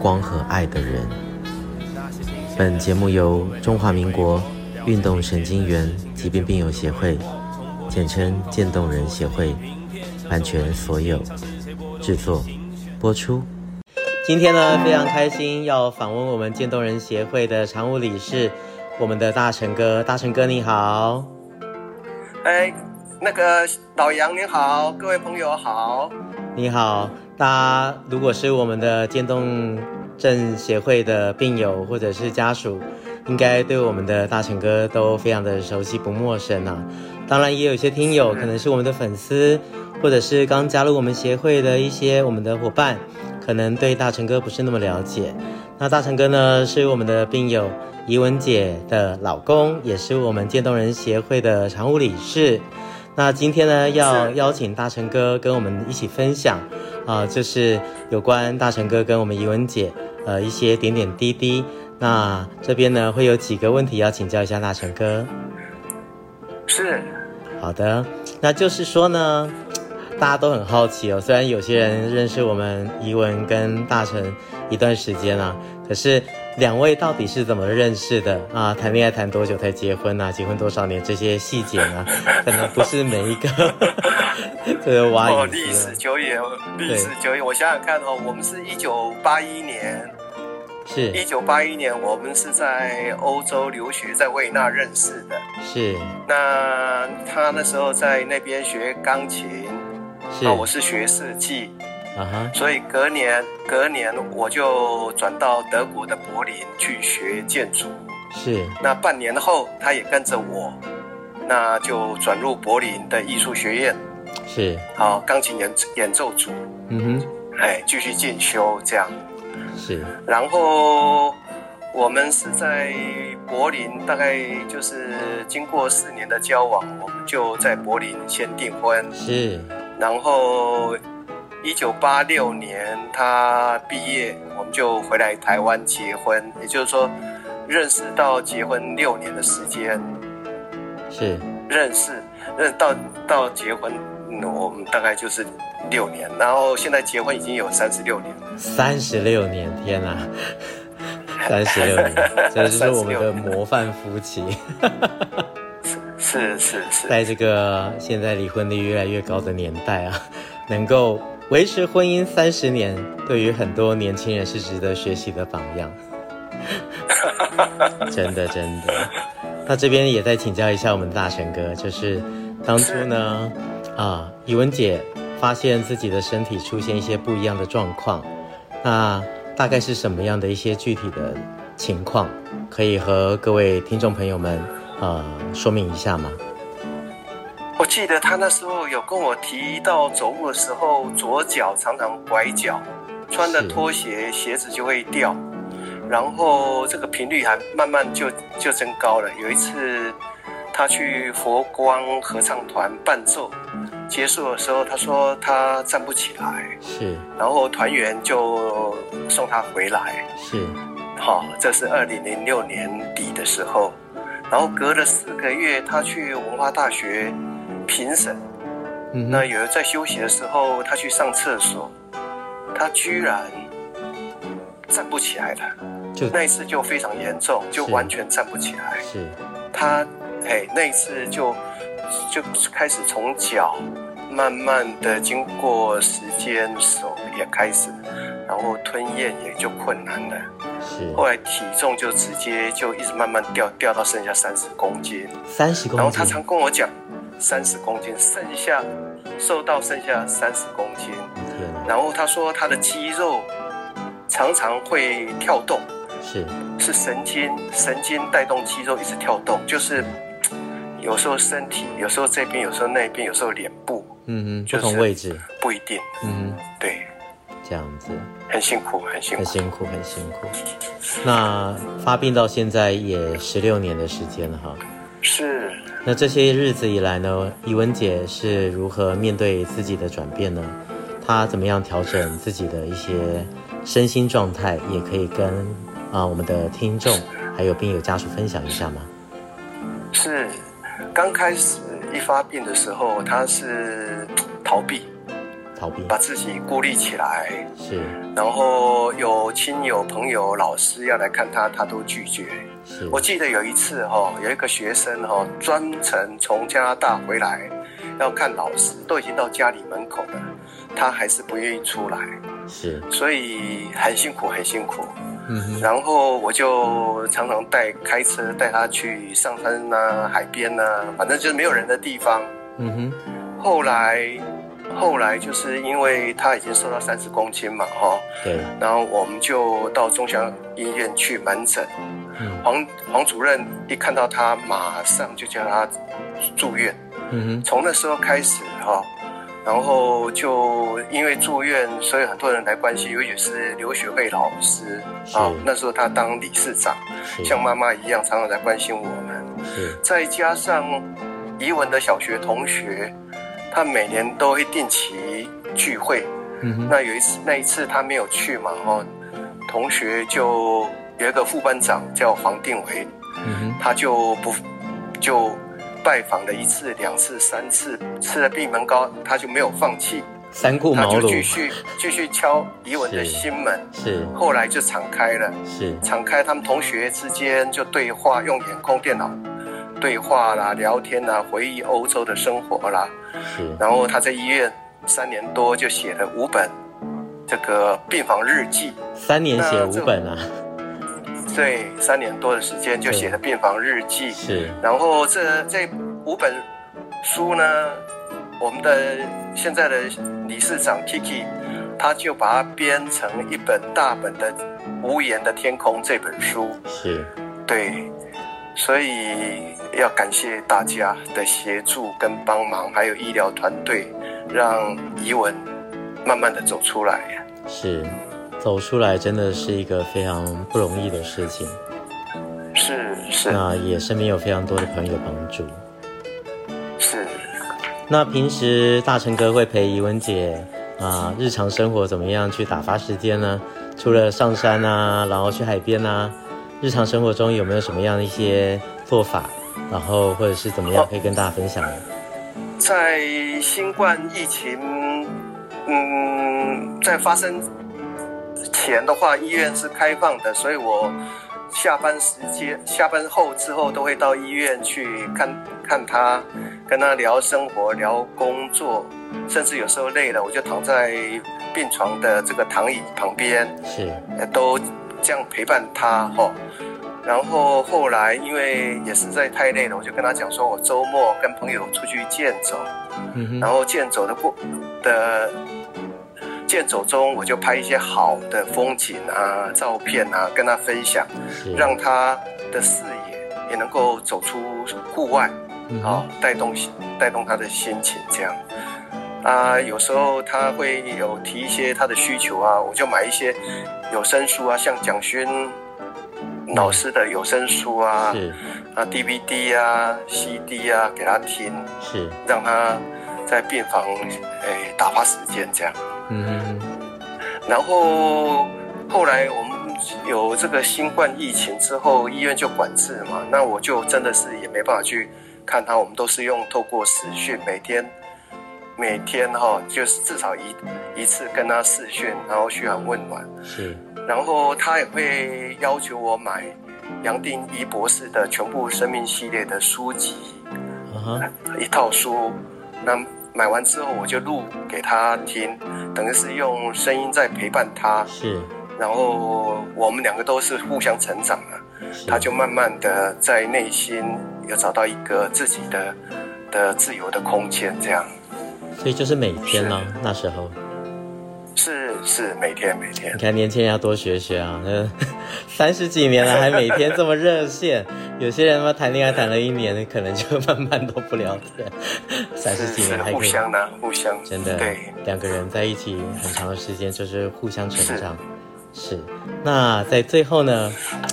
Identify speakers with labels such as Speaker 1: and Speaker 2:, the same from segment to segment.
Speaker 1: 光和爱的人。本节目由中华民国运动神经元疾病病友协会，简称渐冻人协会，版权所有，制作、播出。今天呢，非常开心要访问我们渐冻人协会的常务理事，我们的大成哥。大成哥你好，
Speaker 2: 哎，那个老杨您好，各位朋友好。
Speaker 1: 你好。大家如果是我们的渐冻症协会的病友或者是家属，应该对我们的大成哥都非常的熟悉不陌生啊。当然，也有一些听友可能是我们的粉丝，或者是刚加入我们协会的一些我们的伙伴，可能对大成哥不是那么了解。那大成哥呢，是我们的病友怡文姐的老公，也是我们渐冻人协会的常务理事。那今天呢，要
Speaker 2: 是
Speaker 1: 邀请大成哥跟我们一起分享，啊、就是有关大成哥跟我们怡文姐，呃，一些点点滴滴。那这边呢，会有几个问题要请教一下大成哥。
Speaker 2: 是，
Speaker 1: 好的，那就是说呢，大家都很好奇哦。虽然有些人认识我们怡文跟大成一段时间啊，可是两位到底是怎么认识的啊？谈恋爱谈多久才结婚啊？结婚多少年？这些细节呢，可能不是每一个 这个挖
Speaker 2: 哦，
Speaker 1: 隐
Speaker 2: 历
Speaker 1: 私
Speaker 2: 史
Speaker 1: 了。
Speaker 2: 久远，历史久远。我想想看哦，我们是一九八一年，一
Speaker 1: 是
Speaker 2: 九八一年我们是在欧洲留学，在维也纳认识的。
Speaker 1: 是
Speaker 2: 那他那时候在那边学钢琴，
Speaker 1: 是
Speaker 2: 那我是学设计，
Speaker 1: 啊哈
Speaker 2: 所以隔年隔年我就转到德国的柏林去学建筑。
Speaker 1: 是
Speaker 2: 那半年后，他也跟着我，那就转入柏林的艺术学院，
Speaker 1: 是
Speaker 2: 好，钢琴演演奏组，
Speaker 1: 嗯哼
Speaker 2: 哎，继续进修这样。
Speaker 1: 是
Speaker 2: 然后我们是在柏林，大概就是经过四年的交往，我们就在柏林先订婚，
Speaker 1: 是
Speaker 2: 然后。一九八六年他毕业，我们就回来台湾结婚，也就是说，认识到结婚六年的时间。
Speaker 1: 是
Speaker 2: 认识，认到到结婚，嗯我们大概就是六年，然后现在结婚已经有三十六年了。
Speaker 1: 三十六年，天哪、三十六年，这就是我们的模范夫妻。
Speaker 2: 是是是，
Speaker 1: 在这个现在离婚率越来越高的年代啊，能够维持婚姻三十年，对于很多年轻人是值得学习的榜样。 真的，真的。那这边也再请教一下我们的大神哥，就是当初呢，啊，宇文姐发现自己的身体出现一些不一样的状况，那大概是什么样的一些具体的情况，可以和各位听众朋友们呃说明一下吗？
Speaker 2: 我记得他那时候有跟我提到，走路的时候左脚常常崴脚，穿的
Speaker 1: 是
Speaker 2: 拖鞋鞋子就会掉，然后这个频率还慢慢就就增高了。有一次他去佛光合唱团伴奏，结束的时候他说他站不起来。
Speaker 1: 是
Speaker 2: 然后团员就送他回来，
Speaker 1: 是
Speaker 2: 好、这是二零零六年底的时候，然后隔了四个月，他去文化大学评审，
Speaker 1: 嗯
Speaker 2: 那
Speaker 1: 哼，
Speaker 2: 有在休息的时候，他去上厕所，他居然站不起来了，
Speaker 1: 就
Speaker 2: 那一次就非常严重，就是完全站不起来，
Speaker 1: 是
Speaker 2: 他哎那一次就就开始从脚慢慢的经过时间，手也开始，然后吞咽也就困难了。
Speaker 1: 是
Speaker 2: 后来体重就直接就一直慢慢掉，掉到剩下三十公斤。
Speaker 1: 三十
Speaker 2: 然
Speaker 1: 公
Speaker 2: 后他
Speaker 1: 斤
Speaker 2: 常，跟我讲，三十公斤剩下瘦到剩下三十公斤。
Speaker 1: 天哪，
Speaker 2: 然后他说他的肌肉常常会跳动。
Speaker 1: 是
Speaker 2: 是神经，神经带动肌肉一直跳动，就是嘖有时候身体，有时候这边，有时候那边，有时候脸部，
Speaker 1: 嗯哼，
Speaker 2: 就
Speaker 1: 不
Speaker 2: 是
Speaker 1: 同位置，
Speaker 2: 不一定。
Speaker 1: 嗯
Speaker 2: 对，
Speaker 1: 哼，这样子，
Speaker 2: 很辛苦，很辛
Speaker 1: 很
Speaker 2: 苦。
Speaker 1: 辛苦，很辛苦。那发病到现在也十六年的时间了哈。
Speaker 2: 是，
Speaker 1: 那这些日子以来呢，怡文姐是如何面对自己的转变呢？她怎么样调整自己的一些身心状态？也可以跟啊、我们的听众还有病友家属分享一下吗？
Speaker 2: 是，刚开始一发病的时候，他是逃避，
Speaker 1: 逃避
Speaker 2: 把自己孤立起来，
Speaker 1: 是
Speaker 2: 然后有亲友、朋友、老师要来看他，他都拒绝。
Speaker 1: 是
Speaker 2: 我记得有一次哈、有一个学生哈、专程从加拿大回来要看老师，都已经到家里门口了，他还是不愿意出来，
Speaker 1: 是
Speaker 2: 所以很辛苦，很辛苦。
Speaker 1: 嗯哼
Speaker 2: 然后我就常常带开车带他去上山呐、海边呐、啊反正就是没有人的地方。
Speaker 1: 嗯哼
Speaker 2: 后来，后来就是因为他已经瘦到三十公斤嘛，哈、
Speaker 1: 对
Speaker 2: 然后我们就到中祥医院去门诊。
Speaker 1: 嗯
Speaker 2: 黄黄主任一看到他，马上就叫他住院。
Speaker 1: 嗯哼
Speaker 2: 从那时候开始哈、然后就因为住院，所以很多人来关心，尤其是刘学慧老师
Speaker 1: 是嗯
Speaker 2: 啊，那时候他当理事长，
Speaker 1: 是
Speaker 2: 像妈妈一样，常常来关心我们。
Speaker 1: 是
Speaker 2: 再加上怡文的小学同学，他每年都会定期聚会。
Speaker 1: 嗯哼
Speaker 2: 那有一次，那一次他没有去嘛，哦，同学就有一个副班长叫黄定维，
Speaker 1: 嗯哼
Speaker 2: 他就不就拜访了一次、两次、三次，吃了闭门羹，他就没有放弃，
Speaker 1: 三顾
Speaker 2: 他
Speaker 1: 茅
Speaker 2: 就继
Speaker 1: 庐
Speaker 2: 续继续敲怡文
Speaker 1: 是
Speaker 2: 的心门，
Speaker 1: 是
Speaker 2: 后来就敞开了。
Speaker 1: 是
Speaker 2: 敞开他们同学之间就对话，用眼控电脑对话啦、聊天啦、回忆欧洲的生活啦。
Speaker 1: 是
Speaker 2: 然后他在医院三年多就写了五本这个病房日记，
Speaker 1: 三年写
Speaker 2: 那
Speaker 1: 五
Speaker 2: 这
Speaker 1: 本啊
Speaker 2: 对，三年多的时间就写了病房日记。
Speaker 1: 是
Speaker 2: 然后这这五本书呢，我们的现在的理事长 Kiki，他就把它编成一本大本的《无言的天空》这本书。
Speaker 1: 是
Speaker 2: 对，所以要感谢大家的协助跟帮忙，还有医疗团队，让怡文慢慢的走出来。
Speaker 1: 是走出来真的是一个非常不容易的事情。
Speaker 2: 是是
Speaker 1: 那也身边有非常多的朋友帮助。
Speaker 2: 是，
Speaker 1: 那平时大成哥会陪怡文姐啊、日常生活怎么样去打发时间呢？除了上山啊，然后去海边啊，日常生活中有没有什么样的一些做法？然后或者是怎么样可以跟大家分享呢？
Speaker 2: 在新冠疫情，嗯，在发生前的话，医院是开放的，所以我。下班时间，下班后之后都会到医院去看看他，跟他聊生活、聊工作，甚至有时候累了，我就躺在病床的这个躺椅旁边，
Speaker 1: 是
Speaker 2: 呃都这样陪伴他哈、哦。然后后来因为也实在太累了，我就跟他讲说，我周末跟朋友出去健走，
Speaker 1: 嗯
Speaker 2: 然
Speaker 1: 哼，
Speaker 2: 后健走的过的健走中，我就拍一些好的风景啊、照片啊，跟他分享。
Speaker 1: 是
Speaker 2: 让他的视野也能够走出户外，
Speaker 1: 嗯哼
Speaker 2: 啊，带动带动他的心情这样。啊，有时候他会有提一些他的需求啊，我就买一些有声书啊，像蒋勋老师的有声书啊，
Speaker 1: 是
Speaker 2: 啊 DVD 啊、CD 啊给他听，
Speaker 1: 是
Speaker 2: 让他在病房诶、打发时间这样。
Speaker 1: 嗯哼
Speaker 2: 然后后来我们有这个新冠疫情之后，医院就管制嘛，那我就真的是也没办法去看他，我们都是用透过视讯，每天每天哈、就是至少一一次跟他视讯，然后嘘寒问暖，
Speaker 1: 是
Speaker 2: 然后他也会要求我买杨定一博士的全部生命系列的书籍
Speaker 1: 啊哈
Speaker 2: 一套书，那。买完之后我就录给他听，等于是用声音在陪伴他。
Speaker 1: 是
Speaker 2: 然后我们两个都是互相成长的，
Speaker 1: 是
Speaker 2: 他就慢慢的在内心有找到一个自己的的自由的空间，这样
Speaker 1: 所以就是每天呢、那时候
Speaker 2: 是是，每天每天
Speaker 1: 你。看年轻人要多学学啊，那 三十几年了还每天这么热线， 有些人嘛谈恋爱谈了一年，可能就慢慢都不聊天，三十
Speaker 2: 是
Speaker 1: 几
Speaker 2: 是
Speaker 1: 年还
Speaker 2: 互
Speaker 1: 可以。
Speaker 2: 相呢，互相
Speaker 1: 真的，
Speaker 2: 对，
Speaker 1: 两个人在一起很长的时间，就是互相成长。是，那在最后呢，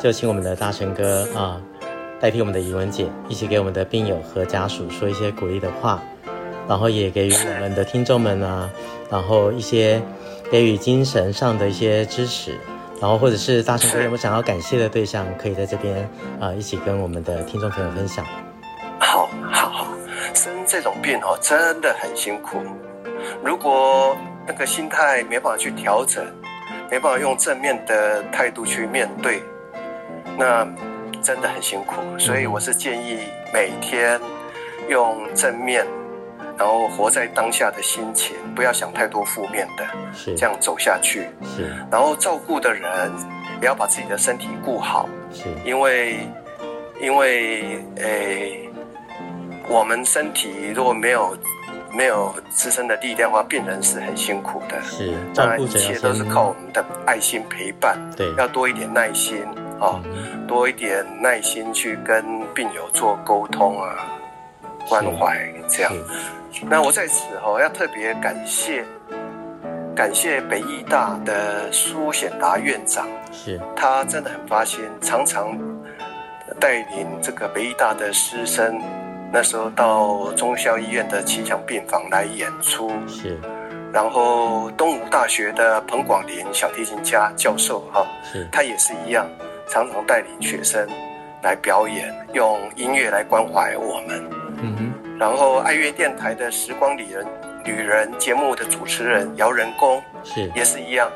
Speaker 1: 就请我们的大成哥啊，代替我们的怡文姐，一起给我们的病友和家属说一些鼓励的话，然后也给予我们的听众们呢，然后一些给予精神上的一些支持，然后或者是大成哥
Speaker 2: 是
Speaker 1: 有没有想要感谢的对象，可以在这边啊、一起跟我们的听众朋友分享。
Speaker 2: 好好好，生这种病哦，真的很辛苦。如果那个心态没办法去调整，没办法用正面的态度去面对，那真的很辛苦。所以我是建议每天用正面，然后活在当下的心情，不要想太多负面的，
Speaker 1: 是，
Speaker 2: 这样走下去。
Speaker 1: 是
Speaker 2: 然后照顾的人也要把自己的身体顾好，
Speaker 1: 是
Speaker 2: 因为因为诶、我们身体如果没有没有自身的力量的话，病人是很辛苦的。
Speaker 1: 是，照
Speaker 2: 当然，
Speaker 1: 顾
Speaker 2: 一
Speaker 1: 者要
Speaker 2: 切
Speaker 1: 先
Speaker 2: 都是靠我们的爱心陪伴，
Speaker 1: 对。
Speaker 2: 要多一点耐心啊、哦，
Speaker 1: 嗯
Speaker 2: 多一点耐心去跟病友做沟通啊，关怀这样。
Speaker 1: 是
Speaker 2: 那我在此哦，要特别感谢感谢北医大的苏显达院长，
Speaker 1: 是
Speaker 2: 他真的很发心，常常带领这个北医大的师生，那时候到中校医院的七强病房来演出，
Speaker 1: 是
Speaker 2: 然后东吴大学的彭广林小提琴家教授哈、
Speaker 1: 是
Speaker 2: 他也是一样，常常带领学生来表演，用音乐来关怀我们。
Speaker 1: 嗯哼，
Speaker 2: 然后爱乐电台的《时光旅人》旅人节目的主持人姚仁公
Speaker 1: 是
Speaker 2: 也是一样，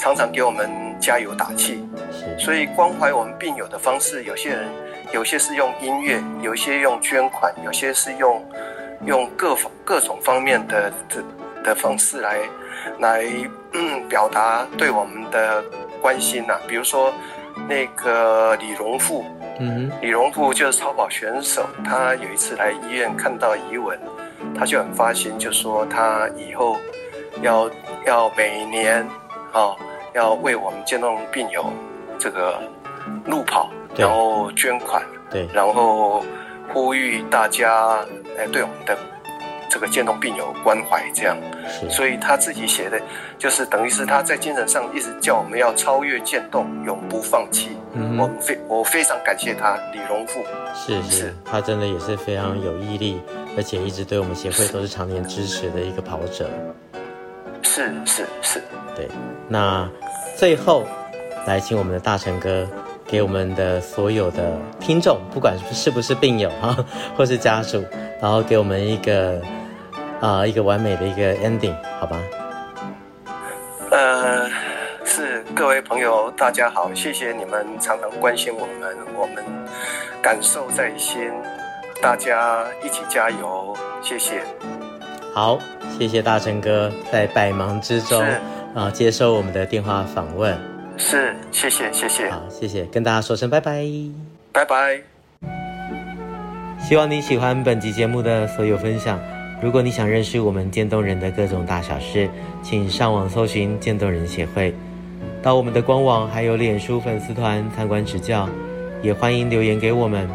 Speaker 2: 常常给我们加油打气。
Speaker 1: 是
Speaker 2: 所以关怀我们病友的方式，有些人有些是用音乐，有些用捐款，有些是用用各方各种方面的的的方式来来、嗯、表达对我们的关心呐、比如说那个李荣富，
Speaker 1: 嗯哼
Speaker 2: 李荣富就是超跑选手，他有一次来医院看到怡文，他就很发心，就说他以后要要每年哦，要为我们渐冻病友这个路跑，
Speaker 1: 对
Speaker 2: 然后捐款，
Speaker 1: 对
Speaker 2: 然后呼吁大家哎对我们的这个渐冻病友关怀这样。
Speaker 1: 是
Speaker 2: 所以他自己写的，就是等于是他在精神上一直叫我们要超越渐冻，永不放弃。
Speaker 1: 嗯哼
Speaker 2: 我们非我非常感谢他，李荣富。
Speaker 1: 是是
Speaker 2: 是，
Speaker 1: 他真的也是非常有毅力，而且一直对我们协会都是常年支持的一个跑者。
Speaker 2: 是是是，
Speaker 1: 对，那最后来请我们的大成哥给我们的所有的听众，不管是不是病友 啊，或是家属，然后给我们一个啊、一个完美的一个 ending，好吧？
Speaker 2: 呃，是各位朋友，大家好，谢谢你们常常关心我们，我们感受在心，大家一起加油，谢谢。
Speaker 1: 好，谢谢大成哥在百忙之中
Speaker 2: 是
Speaker 1: 啊、接受我们的电话访问。
Speaker 2: 是，谢谢谢谢，
Speaker 1: 好，谢谢，跟大家说声拜拜。
Speaker 2: 拜拜。
Speaker 1: 希望你喜欢本集节目的所有分享。如果你想认识我们渐冻人的各种大小事，请上网搜寻渐冻人协会，到我们的官网还有脸书粉丝团参观指教，也欢迎留言给我们，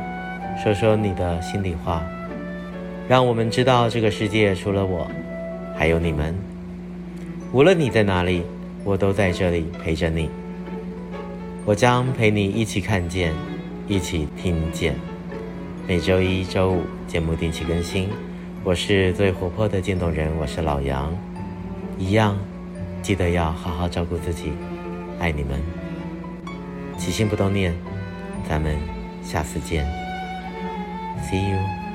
Speaker 1: 说说你的心里话，让我们知道这个世界除了我，还有你们。无论你在哪里，我都在这里陪着你。我将陪你一起看见，一起听见。每周一、周五节目定期更新。我是最活泼的渐冻人，我是老杨。一样，记得要好好照顾自己，爱你们。起心不动念，咱们下次见。See you。